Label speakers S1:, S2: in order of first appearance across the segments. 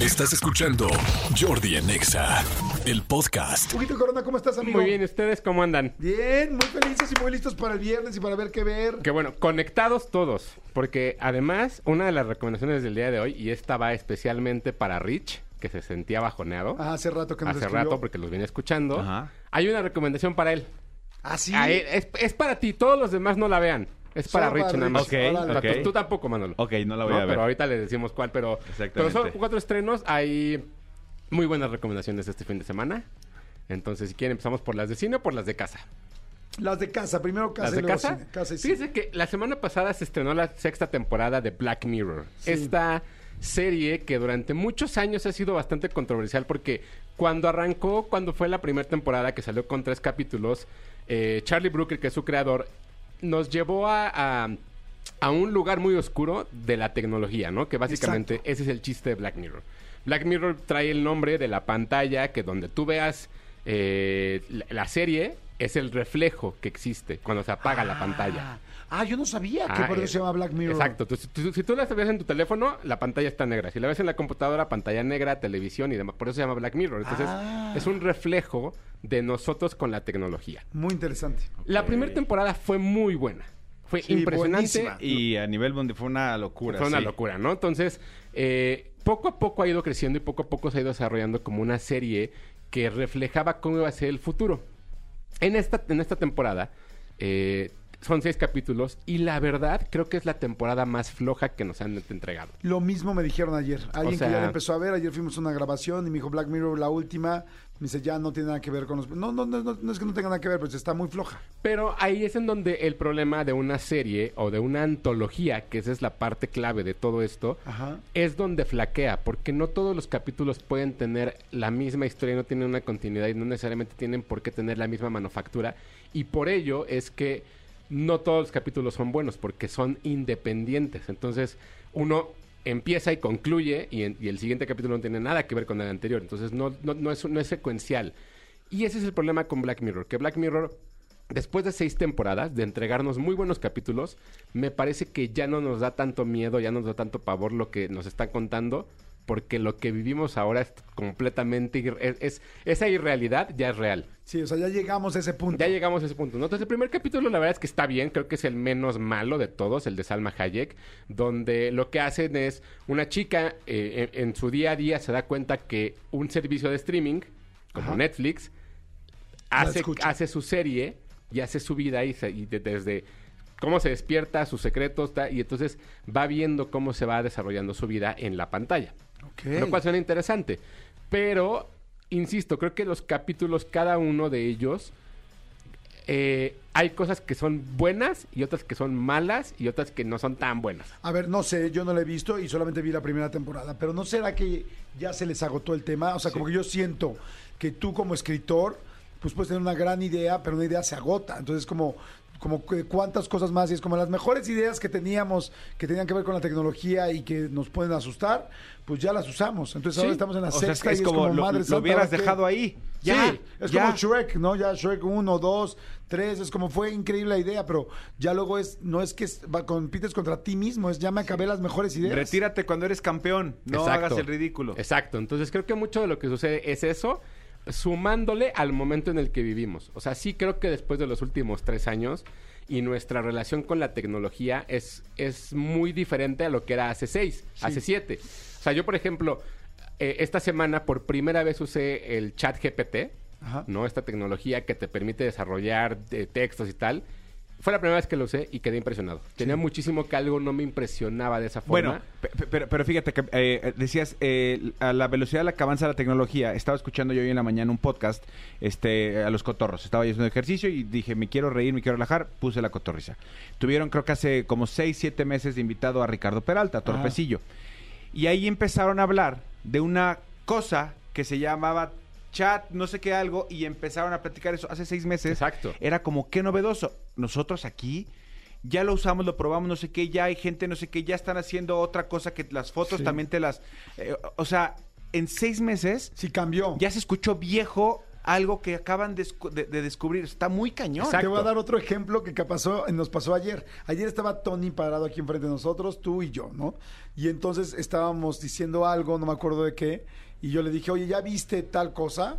S1: Estás escuchando Jordi en EXA, el podcast.
S2: Huguito Corona, ¿cómo estás, amigo?
S3: Muy bien, ¿ustedes cómo andan?
S2: Bien, muy felices y muy listos para el viernes y para ver qué ver.
S3: Que bueno, conectados todos, porque además una de las recomendaciones del día de hoy, y esta va especialmente para Rich, que se sentía bajoneado
S2: Ah, hace rato que nos
S3: hace
S2: escribió.
S3: rato porque los viene escuchando, hay una recomendación para él.
S2: Ah, sí.
S3: A él- es, es para ti, todos los demás no la vean. Es eh, para
S2: Solo
S3: Rich
S2: para
S3: nada
S2: Rich.
S3: más.
S4: Ok,
S2: Órale.
S3: Para tú-
S4: ok.
S3: Tú, tampoco, Manolo.
S4: Ok, no la voy
S3: No,
S4: a ver.
S3: Pero ahorita les decimos cuál, pero,
S4: Exactamente.
S3: pero son cuatro estrenos. Hay muy buenas recomendaciones este fin de semana. Entonces, si quieren, empezamos por las de cine o por las de casa.
S2: Las de casa, primero casa
S3: ¿Las
S2: y
S3: de
S2: luego
S3: casa?
S2: cine. Casa y
S3: Fíjense
S2: cine.
S3: que la semana pasada se estrenó la sexta temporada de Black Mirror. Esta serie que durante muchos años ha sido bastante controversial porque cuando arrancó, cuando fue la primera temporada que salió con tres capítulos, eh, Charlie Brooker, que es su creador, nos llevó a, a, a un lugar muy oscuro de la tecnología, ¿no? Que básicamente ese es el chiste de Black Mirror. Black Mirror trae el nombre de la pantalla que donde tú veas eh, la, la serie es el reflejo que existe cuando se apaga la pantalla.
S2: Ah, yo no sabía que
S3: Ah,
S2: por eso
S3: eh,
S2: se llama Black Mirror.
S3: Exacto. Tú- tú- si tú la ves en tu teléfono, la pantalla está negra. Si la ves en la computadora, pantalla negra, televisión y demás. Por eso se llama Black Mirror. Entonces,
S2: Ah.
S3: es un reflejo de nosotros con la tecnología.
S2: Muy interesante.
S3: La primera temporada fue muy buena. Fue
S2: Sí,
S3: impresionante.
S2: buenísima.
S4: Y a nivel donde fue una locura.
S3: Fue una
S4: sí.
S3: locura, ¿no? Entonces, eh, poco a poco ha ido creciendo y poco a poco se ha ido desarrollando como una serie que reflejaba cómo iba a ser el futuro. En esta, en esta temporada eh, son seis capítulos y la verdad creo que es la temporada más floja que nos han entregado.
S2: Lo mismo me dijeron ayer. Alguien que ya
S3: sea-
S2: la empezó a ver, ayer fuimos a una grabación y me dijo Black Mirror, la última. Me dice, ya no tiene nada que ver con los. No, no, no, no, no es que no tenga nada que ver, pero está muy floja.
S3: Pero ahí es en donde el problema de una serie o de una antología, que esa es la parte clave de todo esto,
S2: Ajá.
S3: es donde flaquea, porque no todos los capítulos pueden tener la misma historia, y no tienen una continuidad y no necesariamente tienen por qué tener la misma manufactura. Y por ello es que no todos los capítulos son buenos, porque son independientes. Entonces, uno empieza y concluye y, en- y el siguiente capítulo no tiene nada que ver con el anterior. Entonces, no, no, no es, no es secuencial. Y ese es el problema con Black Mirror, que Black Mirror... Después de seis temporadas de entregarnos muy buenos capítulos, me parece que ya no nos da tanto miedo, ya no nos da tanto pavor lo que nos están contando, porque lo que vivimos ahora es completamente... ir- es- es- esa irrealidad ya es real.
S2: Sí, o sea, ya llegamos a ese punto.
S3: Ya llegamos a ese punto. ¿no? Entonces, el primer capítulo, la verdad es que está bien. Creo que es el menos malo de todos, el de Salma Hayek, donde lo que hacen es una chica eh, en, en su día a día se da cuenta que un servicio de streaming, como
S2: Ajá.
S3: Netflix,
S2: La
S3: hace,
S2: escucha.
S3: hace su serie y hace su vida y, se- y de- desde cómo se despierta, sus secretos, ta- y entonces va viendo cómo se va desarrollando su vida en la pantalla.
S2: Ok.
S3: Lo cual suena interesante. Pero, insisto, creo que los capítulos, cada uno de ellos, eh, hay cosas que son buenas y otras que son malas y otras que no son tan buenas.
S2: A ver, no sé, yo no la he visto y solamente vi la primera temporada, pero ¿no será que ya se les agotó el tema? O sea, como que yo siento que tú como escritor, pues puedes tener una gran idea, pero una idea se agota. Entonces, como, como que cuántas cosas más, y es como las mejores ideas que teníamos, que tenían que ver con la tecnología y que nos pueden asustar, pues ya las usamos. Entonces ahora
S3: Sí.
S2: estamos en la
S4: O sea,
S2: sexta
S4: es que es
S2: y es
S4: como
S2: como,
S4: lo-
S2: madre
S4: lo
S2: santa,
S4: hubieras
S2: ¿ahora qué?
S4: dejado ahí.
S2: Sí,
S4: Ya,
S2: es
S4: ya.
S2: como Shrek, ¿no? Ya Shrek 1, 2, 3, es como fue increíble la idea, pero ya luego es, no es que es- va- compites contra ti mismo, es ya me acabé las mejores ideas.
S4: Retírate cuando eres campeón. No hagas el ridículo.
S3: Exacto. Entonces creo que mucho de lo que sucede es eso, sumándole al momento en el que vivimos. O sea, sí creo que después de los últimos tres años y nuestra relación con la tecnología es, es muy diferente a lo que era hace seis, hace siete. O sea, yo, por ejemplo, eh, esta semana por primera vez usé el chat GPT,
S2: Ajá.
S3: ¿no? Esta tecnología que te permite desarrollar eh, textos y tal. Fue la primera vez que lo usé y quedé impresionado. Tenía muchísimo que algo no me impresionaba de esa forma.
S4: Bueno, pe- pe- pero, pero fíjate que eh, decías eh, a la velocidad a la que avanza la tecnología. Estaba escuchando yo hoy en la mañana un podcast este, a los cotorros. Estaba yo haciendo ejercicio y dije, me quiero reír, me quiero relajar. Puse la cotorriza. Tuvieron, creo que hace como 6, 7 meses de invitado a Ricardo Peralta, Torpecillo. Y ahí empezaron a hablar de una cosa que se llamaba chat, no sé qué algo, y empezaron a platicar eso hace seis meses.
S3: Exacto.
S4: Era como qué novedoso. Nosotros aquí ya lo usamos, lo probamos, no sé qué, ya hay gente, no sé qué, ya están haciendo otra cosa que las fotos
S2: Sí.
S4: también te las. eh, o sea, en seis meses
S2: Sí cambió.
S4: ya se escuchó viejo algo que acaban de, escu- de- de descubrir. Está muy cañón.
S3: Exacto.
S2: Te voy a dar otro ejemplo que ca- pasó, eh, nos pasó ayer. Ayer estaba Tony parado aquí enfrente de nosotros, tú y yo, ¿no? Y entonces estábamos diciendo algo, no me acuerdo de qué, y yo le dije, oye, ¿ya viste tal cosa?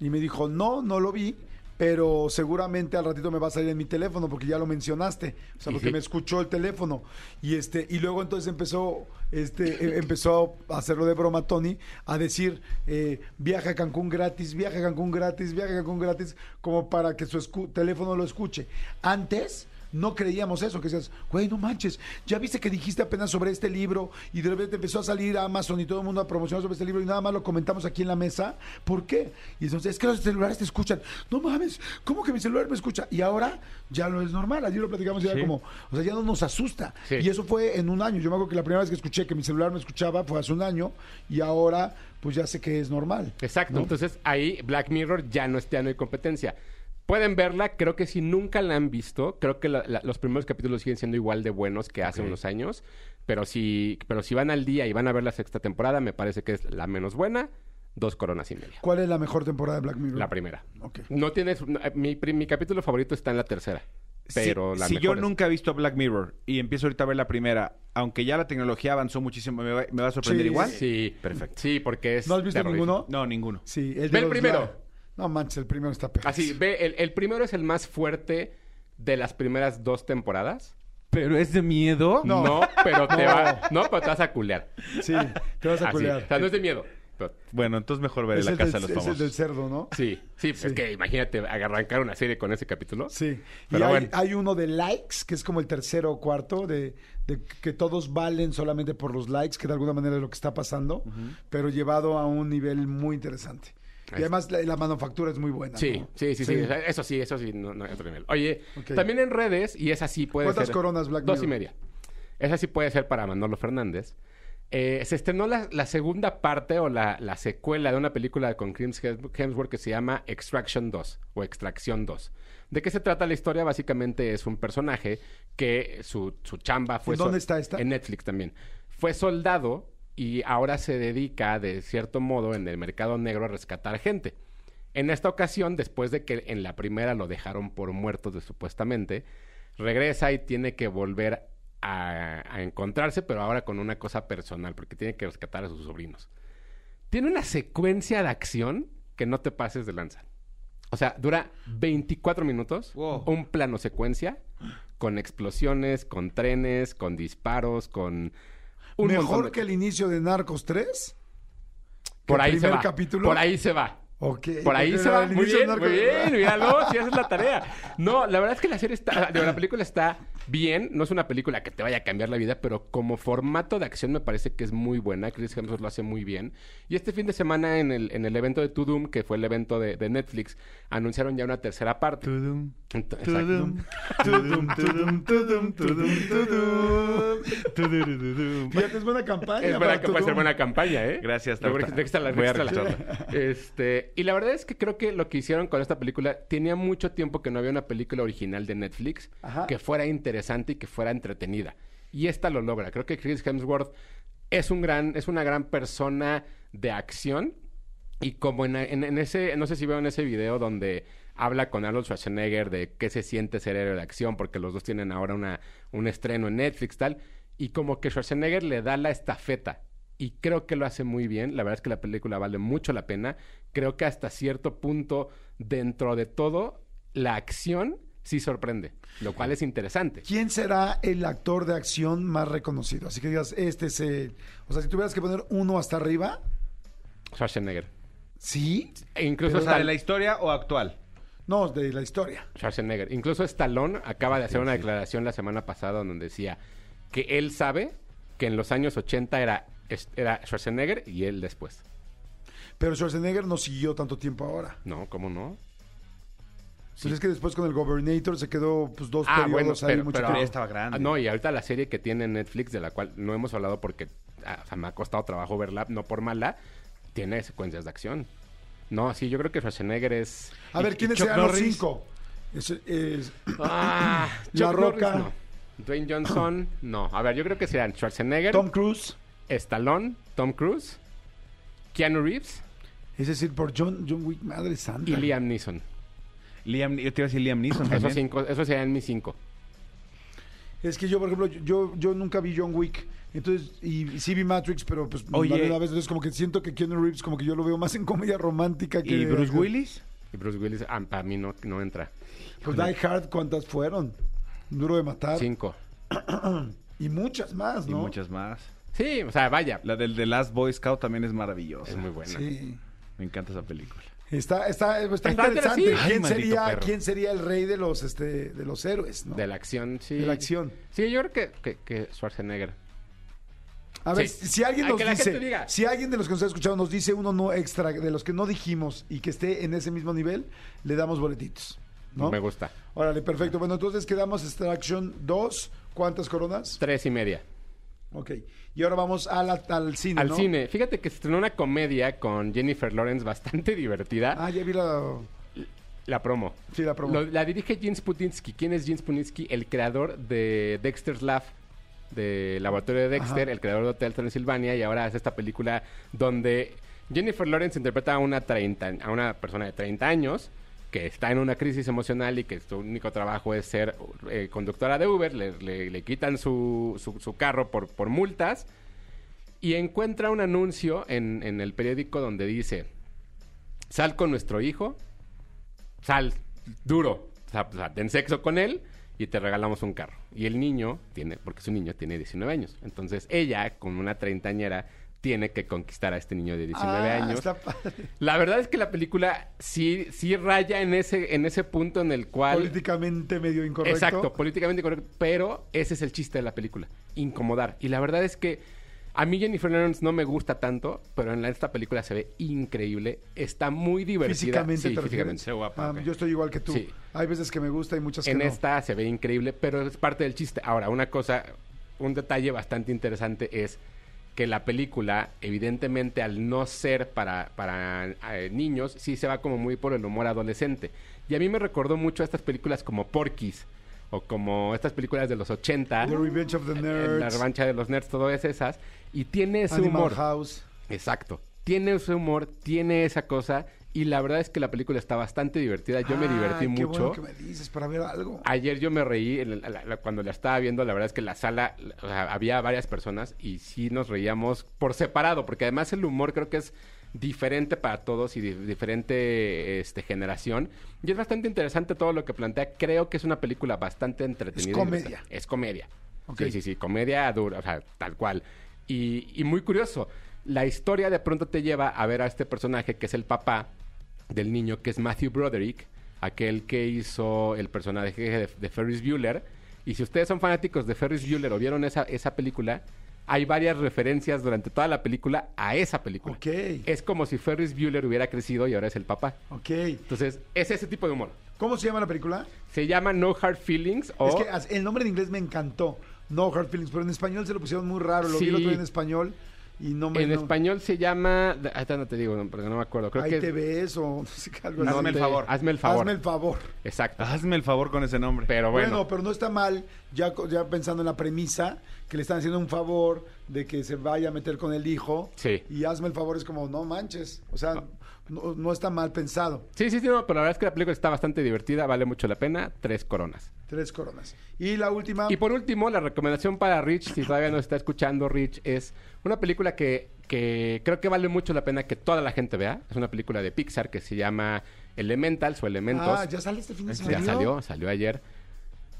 S2: Y me dijo, no, no lo vi, pero seguramente al ratito me va a salir en mi teléfono porque ya lo mencionaste, o sea,
S3: Y
S2: porque
S3: sí.
S2: me escuchó el teléfono. Y este y luego entonces empezó este eh, empezó a hacerlo de broma Tony, a decir, eh, viaja a Cancún gratis, viaja a Cancún gratis, viaja a Cancún gratis, como para que su escu- teléfono lo escuche. Antes no creíamos eso, que decías, güey, no manches, ya viste que dijiste apenas sobre este libro y de repente empezó a salir a Amazon y todo el mundo a promocionar sobre este libro y nada más lo comentamos aquí en la mesa. ¿Por qué? Y entonces, es que los celulares te escuchan. No mames, ¿cómo que mi celular me escucha? Y ahora ya no es normal. Ayer lo platicamos y era
S4: Sí.
S2: como, o sea, ya no nos asusta.
S3: Sí.
S2: Y eso fue en un año. Yo me acuerdo que la primera vez que escuché que mi celular me escuchaba fue hace un año y ahora pues ya sé que es normal.
S3: Exacto,
S2: ¿no?
S3: entonces ahí Black Mirror ya no, es- ya no hay competencia. Pueden verla, creo que si nunca la han visto, creo que la- la- los primeros capítulos siguen siendo igual de buenos que hace unos años, pero si, pero si van al día y van a ver la sexta temporada, me parece que es la menos buena, dos coronas y media.
S2: ¿Cuál es la mejor temporada de Black Mirror?
S3: La primera.
S2: Ok.
S3: No tienes, no, eh, mi, pri- mi capítulo favorito está en la tercera,
S4: Si-
S3: pero
S4: si,
S3: la
S4: yo
S3: mejor es-
S4: nunca he visto Black Mirror y empiezo ahorita a ver la primera, aunque ya la tecnología avanzó muchísimo, ¿me va, me va a sorprender
S2: Sí.
S4: igual?
S3: Sí, perfecto. Sí, porque es...
S2: ¿No has visto
S3: terrorífico.
S2: ninguno?
S4: No, ninguno.
S2: Sí, el de
S3: Ve el
S2: los
S3: primero.
S2: Black. No manches, el primero está peor.
S3: Así, Ah, ve, el, el primero es el más fuerte de las primeras dos temporadas.
S4: ¿Pero es de miedo?
S3: No, pero te va, no, pero te vas a culear.
S2: Sí, te vas a
S3: Así,
S2: culear.
S3: o sea, no es de miedo. pero-
S4: Bueno, entonces mejor ver
S2: Es
S4: La
S2: el
S4: Casa
S2: del-
S4: de los
S2: es el del
S4: Famosos.
S2: cerdo, ¿no?
S3: sí, sí, es que imagínate arrancar una serie con ese capítulo.
S2: Sí. Y
S4: Pero
S2: hay,
S4: bueno.
S2: hay uno de likes, que es como el tercero o cuarto, de, de que todos valen solamente por los likes, que de alguna manera es lo que está pasando, pero llevado a un nivel muy interesante. Y
S3: Ahí está.
S2: además la, la manufactura es muy buena.
S3: Sí,
S2: ¿no?
S3: sí, sí, sí, o sea, Eso sí, eso sí, no, no hay otro nivel. Oye,
S2: Ok.
S3: también en redes, y esa sí puede
S2: ¿Cuántas
S3: ser-
S2: coronas, Black
S3: Dos y
S2: Mirror?
S3: media. Esa sí puede ser para Manolo Fernández. Eh, se estrenó la, la segunda parte o la, la secuela de una película con Chris Hemsworth que se llama Extraction 2 o Extracción 2. ¿De qué se trata la historia? Básicamente es un personaje que su, su chamba fue...
S2: ¿En dónde
S3: sol-
S2: está esta?
S3: En Netflix también. Fue soldado y ahora se dedica de cierto modo en el mercado negro a rescatar gente. En esta ocasión, después de que en la primera lo dejaron por muerto de- supuestamente, regresa y tiene que volver a, a encontrarse, pero ahora con una cosa personal, porque tiene que rescatar a sus sobrinos. Tiene una secuencia de acción que no te pases de lanza. O sea, dura 24 minutos,
S4: Wow.
S3: un plano secuencia, con explosiones, con trenes, con disparos, con... un montón
S2: Mejor
S3: de-
S2: que el inicio de Narcos 3.
S3: por
S2: el
S3: ahí se
S2: primer
S3: va.
S2: capítulo.
S3: Por ahí se va.
S2: Ok,
S3: Por ahí
S2: porque
S3: se
S2: era
S3: va.
S2: el
S3: Muy
S2: inicio de
S3: bien, muy
S2: Narcos.
S3: bien. Míralo, si haces la tarea. No, la verdad es que la serie está, digo, la película está bien. No es una película que te vaya a cambiar la vida, pero como formato de acción me parece que es muy buena. Chris Hemsworth lo hace muy bien. Y este fin de semana en el, en el evento de To Doom, que fue el evento de, de Netflix, anunciaron ya una tercera parte. Ento- exacto.
S2: Fíjate, es buena campaña.
S3: Es buena,
S2: para
S3: que puede ser
S2: Tudum.
S3: buena campaña, ¿eh?
S4: Gracias,
S3: Luego
S4: Tauta.
S3: regístrala,
S4: Voy a
S3: regístrala. Este, y la verdad es que creo que lo que hicieron con esta película tenía mucho tiempo que no había una película original de Netflix
S2: Ajá.
S3: que fuera interesante y que fuera entretenida. Y esta lo logra. Creo que Chris Hemsworth es un gran, es una gran persona de acción. Y como en, en- en ese, no sé si veo en ese video donde habla con Arnold Schwarzenegger de qué se siente ser héroe de acción, porque los dos tienen ahora una, un estreno en Netflix, tal, y como que Schwarzenegger le da la estafeta. Y creo que lo hace muy bien. La verdad es que la película vale mucho la pena. Creo que hasta cierto punto, dentro de todo, la acción sí sorprende, lo cual es interesante.
S2: ¿Quién será el actor de acción más reconocido? Así que digas, este es el... O sea, si tuvieras que poner uno hasta arriba,
S3: Schwarzenegger.
S2: ¿sí?
S3: E incluso
S4: O sea,
S3: hasta
S4: ¿de la historia o actual?
S2: No, de la historia.
S3: Schwarzenegger. Incluso Stallone acaba de hacer una declaración la semana pasada donde decía que él sabe que en los años 80 era, es- era Schwarzenegger y él después.
S2: Pero Schwarzenegger no siguió tanto tiempo ahora.
S3: No, ¿cómo no?
S2: Pues es que después con el Governator se quedó pues dos periodos ahí mucho
S4: Ah, pero-
S2: tiempo.
S4: ya estaba grande.
S3: Ah, No, y ahorita la serie que tiene Netflix, de la cual no hemos hablado porque ah, o sea, me ha costado trabajo verla, no por mala, tiene secuencias de acción. No, sí, yo creo que Schwarzenegger es...
S2: A ver, ¿quiénes
S4: Chuck
S2: serán los
S4: Norris?
S2: cinco? Es- es-
S3: Ah,
S2: La
S3: Chuck Norris,
S2: Roca.
S3: no. Dwayne Johnson, no. A ver, yo creo que serán Schwarzenegger,
S2: Tom Cruise,
S3: Stallone, Tom Cruise, Keanu Reeves
S2: Es decir, por John, John Wick, madre santa.
S3: Y Liam Neeson.
S4: Liam, yo te iba a decir Liam Neeson
S3: Esos,
S4: también.
S3: cinco, esos serían mis cinco.
S2: Es que yo, por ejemplo, yo, yo nunca vi John Wick. Entonces, y sí vi Matrix, pero pues
S4: Oye.
S2: no la vi una vez. Entonces, como que siento que Keanu Reeves, como que yo lo veo más en comedia romántica que.
S4: ¿Y Bruce Willis?
S3: Y Bruce Willis, ah, para mí no, no entra.
S2: Pues Die Hard, ¿cuántas fueron? Duro de matar.
S3: Cinco.
S2: Y muchas más,
S4: Y
S2: ¿no?
S4: muchas más.
S3: Sí, o sea, vaya.
S4: La del The Last Boy Scout también es maravillosa.
S3: Es muy buena.
S2: Sí.
S4: Me encanta esa película.
S2: Está, está, está
S3: Está
S2: interesante.
S3: interesante.
S2: ¿Quién,
S4: Ay, maldito
S2: sería,
S4: perro.
S2: ¿Quién sería el rey de los, este, de los héroes? ¿no?
S3: De la acción, sí.
S2: De la acción.
S3: Sí, yo creo que, que, que Schwarzenegger.
S2: A ver,
S3: Sí.
S2: si alguien
S3: Ay,
S2: nos
S3: que la
S2: dice,
S3: gente diga.
S2: si alguien de los que nos ha escuchado nos dice uno no extra, de los que no dijimos y que esté en ese mismo nivel, le damos boletitos. ¿no?
S3: Me gusta.
S2: Órale, perfecto. Bueno, entonces quedamos Extraction 2. ¿Cuántas coronas?
S3: Tres y media.
S2: Ok. Y ahora vamos a la- al cine.
S3: Al
S2: ¿no?
S3: cine. Fíjate que se estrenó una comedia con Jennifer Lawrence bastante divertida.
S2: Ah, ya vi la,
S3: La promo.
S2: sí, la promo.
S3: Lo- la dirige Jens Putinsky. ¿Quién es Jens Putinsky? El creador de Dexter's Lab, de Laboratorio de Dexter,
S2: Ajá.
S3: el creador de Hotel Transilvania, y ahora hace esta película donde Jennifer Lawrence interpreta a una, 30 a una persona de 30 años que está en una crisis emocional y que su único trabajo es ser eh, conductora de Uber, le, le- le quitan su, su- su carro por, por multas y encuentra un anuncio en, en el periódico donde dice, sal con nuestro hijo, sal duro, o sea, o sea, ten sexo con él y te regalamos un carro. Y el niño tiene, porque su niño tiene 19 años. Entonces ella, con una treintañera, tiene que conquistar a este niño de 19
S2: Ah,
S3: años.
S2: Está padre.
S3: La verdad es que la película sí, sí raya en ese, en ese punto en el cual...
S2: Políticamente medio incorrecto.
S3: Exacto, políticamente correcto. Pero ese es el chiste de la película, incomodar. Y la verdad es que a mí Jennifer Lawrence no me gusta tanto, pero en la- esta película se ve increíble. Está muy divertida.
S2: Físicamente,
S3: Sí,
S2: te refieres.
S3: físicamente.
S2: Ah, Yo estoy igual que tú.
S3: Sí.
S2: Hay veces que me gusta y muchas Pues que
S3: En
S2: no.
S3: esta se ve increíble, pero es parte del chiste. Ahora, una cosa, un detalle bastante interesante es que la película, evidentemente, al no ser para, para eh, niños, sí se va como muy por el humor adolescente. Y a mí me recordó mucho a estas películas como Porky's o como estas películas de los 80.
S2: The Revenge of the
S3: en La
S2: Nerds.
S3: revancha de los nerds, todas esas. Y tiene ese
S2: Animal
S3: humor.
S2: House.
S3: Exacto. Tiene ese humor, tiene esa cosa. Y la verdad es que la película está bastante divertida. Yo me divertí
S2: Ay, qué
S3: mucho. Ah,
S2: Bueno que me dices para ver algo.
S3: Ayer yo me reí en la- la- la- cuando la estaba viendo, la verdad es que la sala, la- o sea, había varias personas y sí nos reíamos por separado, porque además el humor creo que es diferente para todos y di- diferente este, generación. Y es bastante interesante todo lo que plantea. Creo que es una película bastante entretenida. y
S2: comedia.
S3: divertida. Es comedia.
S2: Ok.
S3: Sí, sí, sí, comedia dura, o sea, tal cual. Y, y muy curioso, la historia de pronto te lleva a ver a este personaje que es el papá del niño, que es Matthew Broderick, aquel que hizo el personaje de, de Ferris Bueller. Y si ustedes son fanáticos de Ferris Bueller o vieron esa, esa película, hay varias referencias durante toda la película a esa película.
S2: Ok.
S3: Es como si Ferris Bueller hubiera crecido y ahora es el papá.
S2: Ok.
S3: Entonces, es ese tipo de humor.
S2: ¿Cómo se llama la película?
S3: Se llama No Hard Feelings o...
S2: Es que as- el nombre en inglés me encantó. No Hard Feelings, pero en español se lo pusieron muy raro. Lo vi el
S3: Sí.
S2: otro día en español y no me.
S3: En
S2: no-
S3: español se llama. Ahorita no te digo, no, porque no me acuerdo. Creo
S2: Ahí
S3: que.
S2: te ves o no sé qué, algo
S4: No,
S2: así.
S4: Hazme el
S3: te-
S4: favor.
S3: Hazme el favor.
S2: Hazme el favor.
S3: Exacto.
S4: Hazme el favor con ese nombre.
S3: Pero
S2: Bueno.
S3: Ah, bueno.
S2: pero no está mal, ya, co- ya pensando en la premisa, que le están haciendo un favor de que se vaya a meter con el hijo.
S3: Sí.
S2: Y hazme el favor, es como, no manches. O sea, no, no está mal pensado.
S3: Sí, sí, sí, no, pero la verdad es que la película está bastante divertida, vale mucho la pena. Tres coronas.
S2: Tres coronas. Y la última.
S3: Y por último, la recomendación para Rich, si todavía no está escuchando Rich, es una película que, que creo que vale mucho la pena que toda la gente vea. Es una película de Pixar que se llama Elementals o Elementos.
S2: ah, ya sale este fin de semana.
S3: Ya salió, salió ayer.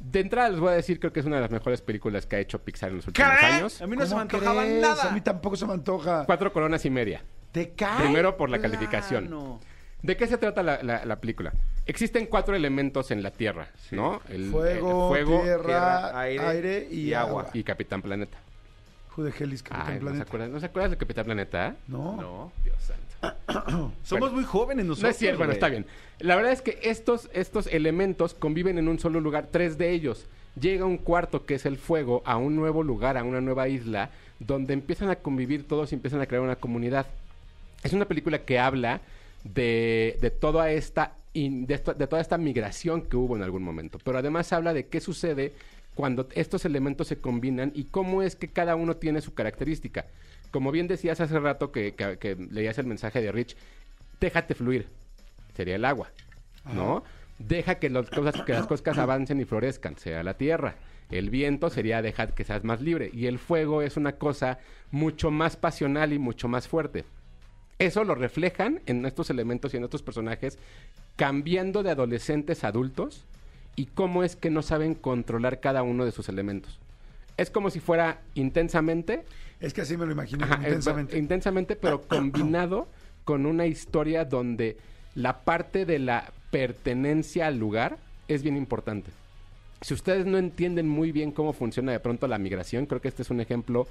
S3: De entrada les voy a decir, creo que es una de las mejores películas que ha hecho Pixar en los últimos años.
S4: A mí no se
S2: ¿Cómo
S4: me antojaba
S2: crees?
S4: nada.
S2: A mí tampoco se me antoja.
S3: Cuatro coronas y media.
S4: ¿Te cae?
S3: Primero por la calificación. ¿De qué se trata la, la- la película? Existen cuatro elementos en la Tierra, ¿no? El,
S2: Fuego,
S3: el fuego, oh,
S2: tierra,
S4: tierra,
S2: aire,
S4: aire
S2: y,
S4: y
S2: agua.
S4: agua.
S3: y Capitán Planeta.
S2: Judegelis, Capitán
S3: Ay, ¿no, se
S2: Planeta.
S3: acuerdan, ¿No se acuerdan de Capitán Planeta? eh?
S2: No.
S4: No, Dios santo. Somos muy jóvenes nosotros.
S3: No es cierto, bueno,
S4: güey.
S3: está bien. La verdad es que estos, estos elementos conviven en un solo lugar, tres de ellos. Llega un cuarto que es el fuego a un nuevo lugar, a una nueva isla, donde empiezan a convivir todos y empiezan a crear una comunidad. Es una película que habla de, de toda esta in- de, esto- de toda esta migración que hubo en algún momento. Pero además habla de qué sucede cuando estos elementos se combinan y cómo es que cada uno tiene su característica. Como bien decías hace rato que, que- que leías el mensaje de Rich, déjate fluir. Sería el agua, ¿no? Deja que, las cosas, que las cosas avancen y florezcan, sea la tierra. El viento sería dejar que seas más libre. Y el fuego es una cosa mucho más pasional y mucho más fuerte. Eso lo reflejan en estos elementos y en estos personajes, cambiando de adolescentes a adultos y cómo es que no saben controlar cada uno de sus elementos. Es como si fuera intensamente,
S2: Es que así me lo imagino
S3: ajá, es-
S2: intensamente.
S3: intensamente, pero combinado con una historia donde la parte de la pertenencia al lugar es bien importante. Si ustedes no entienden muy bien cómo funciona de pronto la migración, creo que este es un ejemplo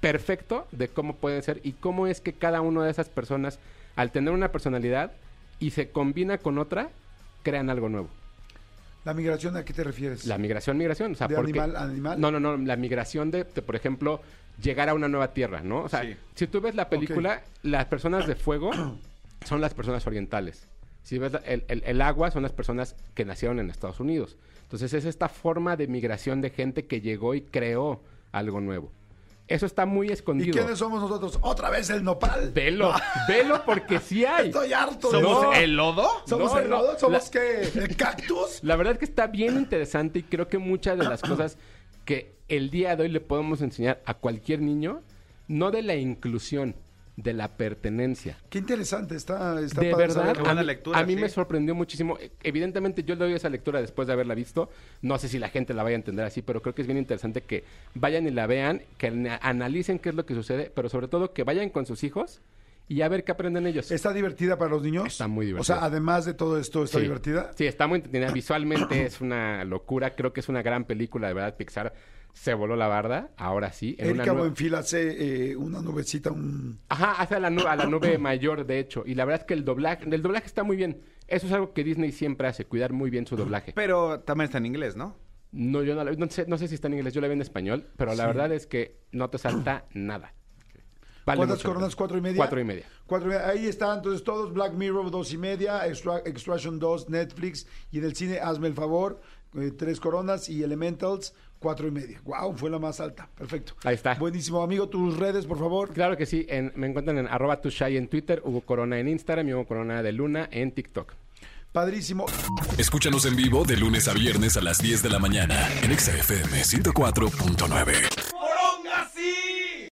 S3: perfecto de cómo pueden ser y cómo es que cada una de esas personas, al tener una personalidad y se combina con otra, crean algo nuevo.
S2: ¿La migración a qué te refieres?
S3: La migración, migración. O sea,
S2: ¿De
S3: porque-
S2: animal a animal?
S3: No, no, no. La migración de, de, por ejemplo, llegar a una nueva tierra, ¿no? O sea,
S4: Sí.
S3: si tú ves la película, las personas de fuego son las personas orientales. Si ves la- el, el- el agua, son las personas que nacieron en Estados Unidos. Entonces, es esta forma de migración de gente que llegó y creó algo nuevo. Eso está muy
S2: ¿Y
S3: escondido.
S2: quiénes somos nosotros? Otra vez el nopal.
S3: Velo, velo porque sí hay.
S2: Estoy harto. de-
S4: ¿Somos
S3: No.
S4: el lodo?
S2: ¿Somos
S3: No,
S2: el
S3: no,
S2: lodo? ¿Somos
S3: la-
S2: qué? ¿El cactus?
S3: La verdad es que está bien interesante y creo que muchas de las cosas que el día de hoy le podemos enseñar a cualquier niño, no de la inclusión, de la pertenencia.
S2: Qué interesante. Está, está
S3: De
S2: padre
S3: verdad,
S2: saberlo.
S4: Qué buena
S3: a mí,
S4: lectura,
S3: a mí
S4: sí.
S3: me sorprendió muchísimo. Eh, Evidentemente yo le doy esa lectura después de haberla visto. No sé si la gente la vaya a entender así, pero creo que es bien interesante que vayan y la vean, que ana- analicen qué es lo que sucede, pero sobre todo que vayan con sus hijos y a ver qué aprenden ellos.
S2: ¿Está divertida para los niños?
S3: Está muy
S2: O
S3: divertida.
S2: sea, además de todo esto, ¿está
S3: Sí.
S2: divertida?
S3: Sí, está muy entretenida. Visualmente es una locura. Creo que es una gran película, de verdad. Pixar se voló la barda. Ahora sí. en una
S2: Erika
S3: nue-
S2: Buenfil hace eh, una nubecita, un...
S3: Ajá, hace a la, nu- a la nube mayor, de hecho. Y la verdad es que el doblaje, el doblaje está muy bien. Eso es algo que Disney siempre hace, cuidar muy bien su doblaje.
S4: Pero también está en inglés, ¿no?
S3: No, yo no, la- no sé, no sé si está en inglés, yo la vi en español, pero la verdad es que no te salta nada. Vale
S2: ¿Cuántas
S3: mucho la
S2: coronas?
S3: pena.
S2: ¿Cuatro y media?
S3: Cuatro y media.
S2: Cuatro y media. Ahí están entonces todos, Black Mirror dos y media, Extra- Extraction 2, Netflix, y en el cine Hazme el Favor, eh, Tres Coronas y Elementals, cuatro y media. Wow, fue la más alta. Perfecto.
S3: Ahí está.
S2: Buenísimo, amigo. Tus redes, por favor.
S3: Claro que sí, en- me encuentran en arroba tushai en Twitter, Hugo Corona en Instagram y Hugo Corona de Luna en TikTok.
S2: Padrísimo.
S1: Escúchanos en vivo de lunes a viernes a las 10 de la mañana en Exa FM 104.9.